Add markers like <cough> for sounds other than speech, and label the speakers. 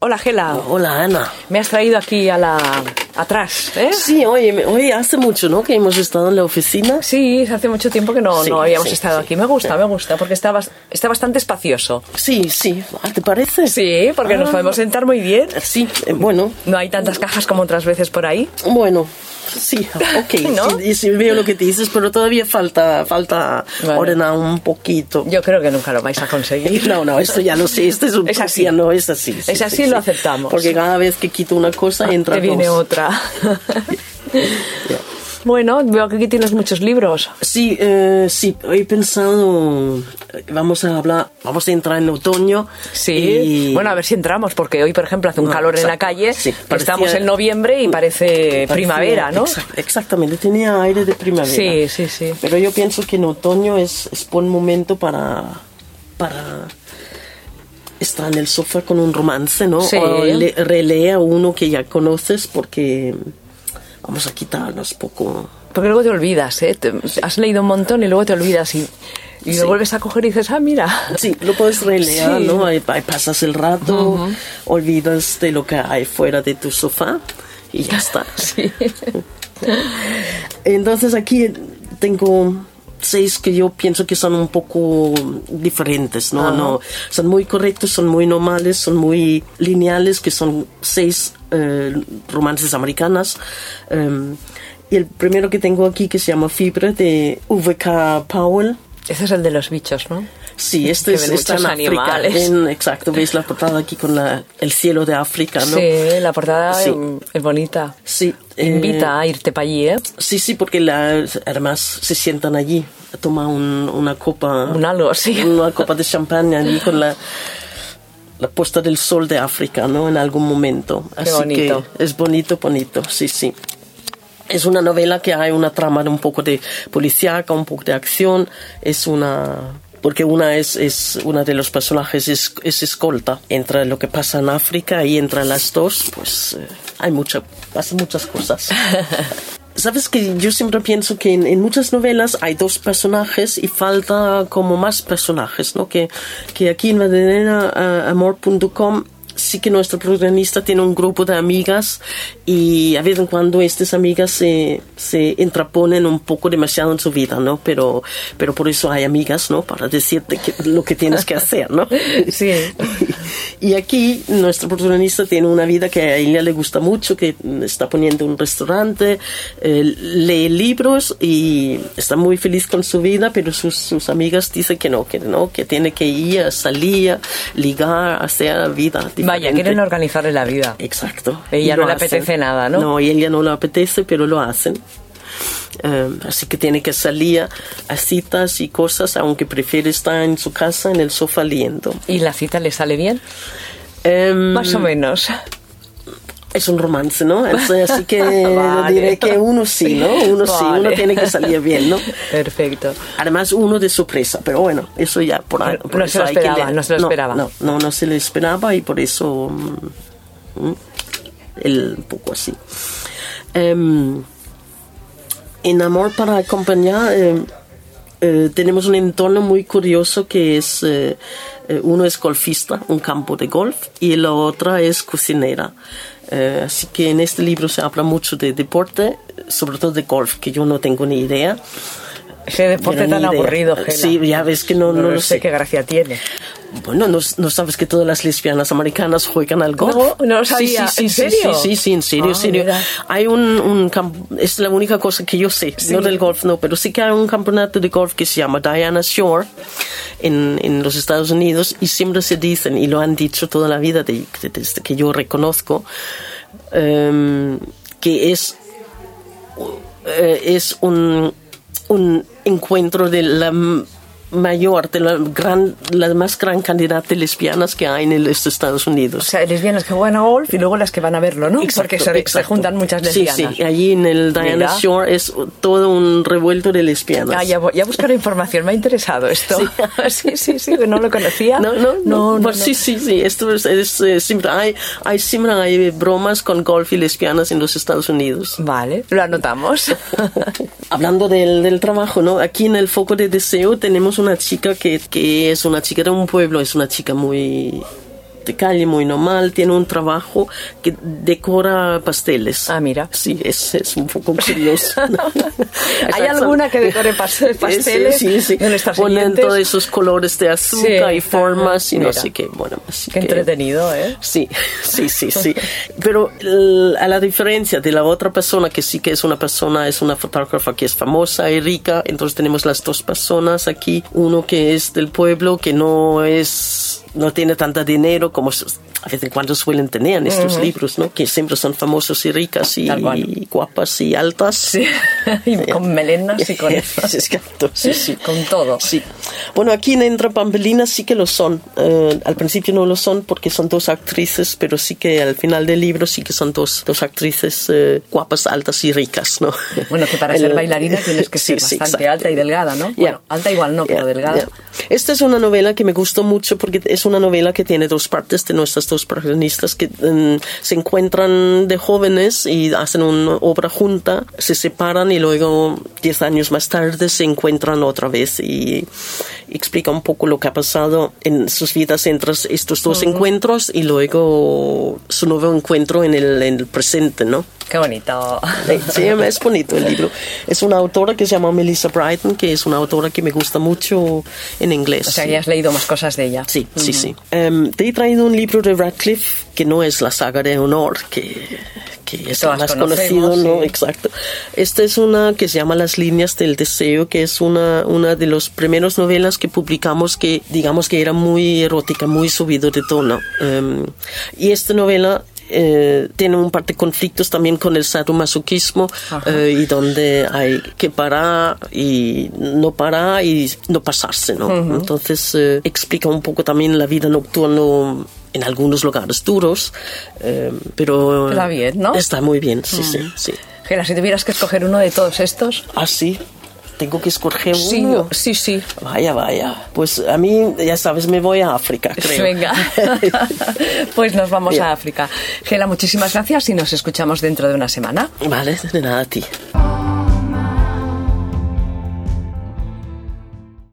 Speaker 1: Hola, Gela.
Speaker 2: Hola, Ana.
Speaker 1: Me has traído aquí a la... atrás, ¿eh?
Speaker 2: Sí, oye, me- oye, hace mucho, ¿no? Que hemos estado en la oficina.
Speaker 1: Sí, hace mucho tiempo que no,
Speaker 2: Sí,
Speaker 1: no habíamos
Speaker 2: sí,
Speaker 1: estado
Speaker 2: sí.
Speaker 1: aquí. Me gusta, me gusta, porque está, bas- está bastante espacioso.
Speaker 2: Sí, sí. Ah, ¿Te parece?
Speaker 1: Sí, porque nos
Speaker 2: Ah.
Speaker 1: podemos sentar muy bien.
Speaker 2: Sí, eh, bueno,
Speaker 1: No hay tantas cajas como otras veces por ahí.
Speaker 2: bueno. Sí, ok.
Speaker 1: <laughs> ¿No?
Speaker 2: sí, sí, veo lo que te dices, pero todavía falta, falta
Speaker 1: Vale.
Speaker 2: ordenar un poquito.
Speaker 1: Yo creo que nunca lo vais a
Speaker 2: <laughs>
Speaker 1: conseguir.
Speaker 2: No, no, esto ya lo sé, esto es un
Speaker 1: Es así.
Speaker 2: ya no es así. sí,
Speaker 1: Es así,
Speaker 2: sí,
Speaker 1: lo
Speaker 2: sí.
Speaker 1: aceptamos. Ah,
Speaker 2: Porque cada vez que quito una cosa entra
Speaker 1: Te viene
Speaker 2: dos.
Speaker 1: otra.
Speaker 2: <laughs>
Speaker 1: bueno, veo que aquí tienes muchos libros.
Speaker 2: Sí, eh, sí, he pensado, eh, vamos a hablar, vamos a entrar en otoño.
Speaker 1: Sí.
Speaker 2: y-
Speaker 1: Bueno, a ver si entramos, porque hoy, por ejemplo, hace un
Speaker 2: No,
Speaker 1: calor en la
Speaker 2: exacto.
Speaker 1: calle.
Speaker 2: Sí, parecía-
Speaker 1: estamos en noviembre y parece
Speaker 2: Parecía-
Speaker 1: primavera, ¿no?
Speaker 2: exact- exactamente, tenía aire de primavera.
Speaker 1: Sí, sí, sí.
Speaker 2: Pero yo pienso que en otoño es, es buen momento para, para estar en el sofá con un romance, ¿no?
Speaker 1: Sí.
Speaker 2: O le- relea uno que ya conoces porque vamos a quitarnos poco.
Speaker 1: Porque luego te olvidas, ¿eh? Te- has leído un montón y luego te olvidas y, y lo vuelves a coger y dices, ah, mira.
Speaker 2: Sí, lo puedes releer,
Speaker 1: Sí.
Speaker 2: ¿no? Ahí, ahí pasas el rato, olvidas de lo que hay fuera de tu sofá y ya está.
Speaker 1: <laughs> Sí.
Speaker 2: <laughs> Entonces aquí tengo seis que yo pienso que son un poco diferentes, ¿no? no son muy correctos, son muy normales, son muy lineales, que son seis eh, romances americanas. Em, y el primero que tengo aquí que se llama Fibra de V.K. Powell.
Speaker 1: Ese es el de los bichos, ¿no?
Speaker 2: Sí, esto
Speaker 1: Que
Speaker 2: es,
Speaker 1: ven
Speaker 2: está en
Speaker 1: muchos
Speaker 2: África.
Speaker 1: animales.
Speaker 2: en- exacto, veis la portada aquí con la- el cielo de África, ¿no?
Speaker 1: Sí, la portada
Speaker 2: Sí.
Speaker 1: mm, es bonita.
Speaker 2: Sí,
Speaker 1: Te
Speaker 2: eh,
Speaker 1: invita a irte para allí, ¿eh?
Speaker 2: Sí, sí, porque la- además se sientan allí a tomar un- una copa.
Speaker 1: Un algo, <laughs> sí.
Speaker 2: Una copa de champaña allí con la, la puesta del sol de África, ¿no? En algún momento. Así
Speaker 1: bonito.
Speaker 2: que es bonito, bonito, sí, sí. Es una novela que hay una trama de un poco de policíaca, un poco de acción. Es una. Porque una es, es una de los personajes es, es escolta. Entra lo que pasa en África y entre las dos, pues eh, hay mucha, pasan muchas cosas. Sabes que yo siempre pienso que en, en muchas novelas hay dos personajes y falta como más personajes, ¿no? Que, que aquí en eh, madenenaamor.com sí que nuestro protagonista tiene un grupo de amigas y a vez en cuando estas amigas se, se entraponen un poco demasiado en su vida, ¿no? Pero, pero por eso hay amigas, ¿no? Para decirte que- lo que tienes que hacer, ¿no?
Speaker 1: Sí.
Speaker 2: <laughs> Y aquí nuestro protagonista tiene una vida que a ella le gusta mucho, que está poniendo un restaurante, eh, lee libros y está muy feliz con su vida, pero sus, sus amigas dicen que no, que no, que tiene que ir, a salir, ligar, hacer vida.
Speaker 1: Vaya,
Speaker 2: diferente.
Speaker 1: quieren organizarle la vida.
Speaker 2: Exacto.
Speaker 1: Ella no
Speaker 2: Y lo
Speaker 1: le
Speaker 2: hacen.
Speaker 1: apetece nada, ¿no?
Speaker 2: No, y ella no le apetece, pero lo hacen. Eh, así que tiene que salir a citas y cosas, aunque prefiere estar en su casa, en el sofá leyendo.
Speaker 1: ¿Y la cita le sale bien?
Speaker 2: Em,
Speaker 1: Más o <laughs> menos.
Speaker 2: Es un romance, ¿no?
Speaker 1: Pues
Speaker 2: Entonces, así que
Speaker 1: <laughs> Vale.
Speaker 2: diré que uno sí, ¿no? Uno sí, uno
Speaker 1: Vale.
Speaker 2: tiene que salir bien, ¿no?
Speaker 1: <laughs> Perfecto.
Speaker 2: Además, uno de sorpresa, pero bueno, eso ya por ahí. por
Speaker 1: No
Speaker 2: eso
Speaker 1: se lo
Speaker 2: hay que
Speaker 1: esperaba,
Speaker 2: leer.
Speaker 1: no se lo esperaba.
Speaker 2: No, no, no se lo esperaba y por eso. mm, mm, el, un poco así. Em, en Amor para acompañar eh, eh, tenemos un entorno muy curioso que es eh, eh, uno es golfista, un campo de golf, y la otra es cocinera. Eh, así que en este libro se habla mucho de deporte, sobre todo de golf, que yo no tengo ni idea.
Speaker 1: Ese deporte
Speaker 2: Pero
Speaker 1: tan
Speaker 2: ni idea.
Speaker 1: aburrido, Gela.
Speaker 2: Sí, ya ves que no, no, lo sé.
Speaker 1: qué gracia tiene.
Speaker 2: Bueno, no, no sabes que todas las lesbianas americanas juegan al golf.
Speaker 1: No, no lo sabía.
Speaker 2: Sí, sí,
Speaker 1: ¿En
Speaker 2: sí,
Speaker 1: serio?
Speaker 2: Sí, sí, sí, en serio, en
Speaker 1: Ah,
Speaker 2: serio.
Speaker 1: mira.
Speaker 2: Hay un, un camp- es la única cosa que yo sé, no del golf, no, pero sí que hay un campeonato de golf que se llama Diana Shore en, en los Estados Unidos y siempre se dicen, y lo han dicho toda la vida de- de- desde que yo reconozco, em, que es eh, es un, un encuentro de la m- mayor, de la, gran, la más gran cantidad de lesbianas que hay en el- los Estados
Speaker 1: O
Speaker 2: Unidos.
Speaker 1: sea, lesbianas que juegan a golf y luego las que van a verlo, ¿no?
Speaker 2: Exacto,
Speaker 1: Porque se, se
Speaker 2: exacto.
Speaker 1: juntan muchas lesbianas.
Speaker 2: Sí, sí, allí en el Diana
Speaker 1: Mira.
Speaker 2: Shore es todo un revuelto de lesbianas.
Speaker 1: Ah, ya, bu- ya buscaré información, me ha interesado esto. <laughs> Sí, sí, sí, que no lo conocía.
Speaker 2: No, no, no.
Speaker 1: no,
Speaker 2: Pues sí, sí, sí. Esto es, es, eh, siempre hay, hay siempre hay bromas con golf y lesbianas en los Estados Unidos.
Speaker 1: Vale, lo
Speaker 2: <laughs>
Speaker 1: anotamos.
Speaker 2: Hablando del, del trabajo, ¿no? Aquí en el foco de deseo tenemos una chica que, que es una chica de un pueblo, es una chica muy de calle muy normal, tiene un trabajo que decora pasteles.
Speaker 1: Ah, mira.
Speaker 2: Sí, es, es un poco curioso.
Speaker 1: <laughs> ¿Hay alguna que decore
Speaker 2: <laughs>
Speaker 1: pas- pasteles?
Speaker 2: Sí, sí.
Speaker 1: de nuestras
Speaker 2: Ponen
Speaker 1: oyentes?
Speaker 2: todos esos colores de azúcar
Speaker 1: Sí,
Speaker 2: y formas y no
Speaker 1: mira.
Speaker 2: sé qué. Bueno, así
Speaker 1: Qué
Speaker 2: que-
Speaker 1: entretenido, ¿eh?
Speaker 2: Sí, <laughs> sí,
Speaker 1: <laughs>
Speaker 2: sí, sí. Pero l- a la diferencia de la otra persona, que sí que es una persona, es una fotógrafa que es famosa y rica, entonces tenemos las dos personas aquí. Uno que es del pueblo, que no es, no tiene tanto dinero como s- a veces en cuando suelen tener en estos libros, ¿no? Que siempre son famosos y ricas y,
Speaker 1: Tal cual.
Speaker 2: y guapas y altas.
Speaker 1: Sí. <laughs> Y con melenas
Speaker 2: <laughs>
Speaker 1: y con eso.
Speaker 2: Exacto, sí, sí.
Speaker 1: Con todo.
Speaker 2: Sí. Bueno, aquí en Entra Pampelina sí que lo son. Eh, al principio no lo son porque son dos actrices, pero sí que al final del libro sí que son dos, dos actrices eh, guapas, altas y ricas, ¿no? <laughs>
Speaker 1: Bueno, que para
Speaker 2: El-
Speaker 1: ser bailarina tienes que
Speaker 2: <laughs> Sí,
Speaker 1: ser
Speaker 2: sí,
Speaker 1: bastante
Speaker 2: exacto.
Speaker 1: alta y delgada, ¿no?
Speaker 2: Ya.
Speaker 1: Bueno, alta igual no, pero
Speaker 2: Ya,
Speaker 1: delgada.
Speaker 2: ya. Esta es una novela que me gustó mucho porque es una novela que tiene dos partes de nuestras dos protagonistas que mm, se encuentran de jóvenes y hacen una obra junta, se separan y luego 10 años más tarde se encuentran otra vez y explica un poco lo que ha pasado en sus vidas entre estos dos encuentros y luego su nuevo encuentro en el, en el presente, ¿no?
Speaker 1: Qué bonito.
Speaker 2: Sí, es bonito el libro. Es una autora que se llama Melissa Brighton, que es una autora que me gusta mucho en inglés.
Speaker 1: O sea, ya has leído más cosas de ella.
Speaker 2: Sí, sí, sí. Em, te he traído un libro de Radcliffe que no es la saga de honor, que, que es el
Speaker 1: Todas
Speaker 2: más
Speaker 1: conocemos,
Speaker 2: conocido, ¿no?
Speaker 1: sí.
Speaker 2: Exacto. Esta es una que se llama Las líneas del deseo, que es una, una de las primeras novelas que publicamos que, digamos, que era muy erótica, muy subido de tono. Em, y esta novela... eh, tiene un par de conflictos también con el sadomasoquismo
Speaker 1: Ajá.
Speaker 2: eh, y donde hay que parar y no parar y no pasarse, ¿no? Entonces eh, explica un poco también la vida nocturna en algunos lugares duros, eh, pero
Speaker 1: Está bien, ¿no? Mm.
Speaker 2: Está muy bien, sí, sí, sí.
Speaker 1: Gera, si tuvieras que escoger uno de todos estos.
Speaker 2: Ah, sí. Tengo que escoger
Speaker 1: Sí,
Speaker 2: uno.
Speaker 1: sí, sí.
Speaker 2: Vaya, vaya. Pues a mí, ya sabes, me voy a África, <laughs> creo.
Speaker 1: Venga. pues nos vamos
Speaker 2: Bien.
Speaker 1: a África. Gela, muchísimas gracias y nos escuchamos dentro de una semana.
Speaker 2: vale, de nada a ti.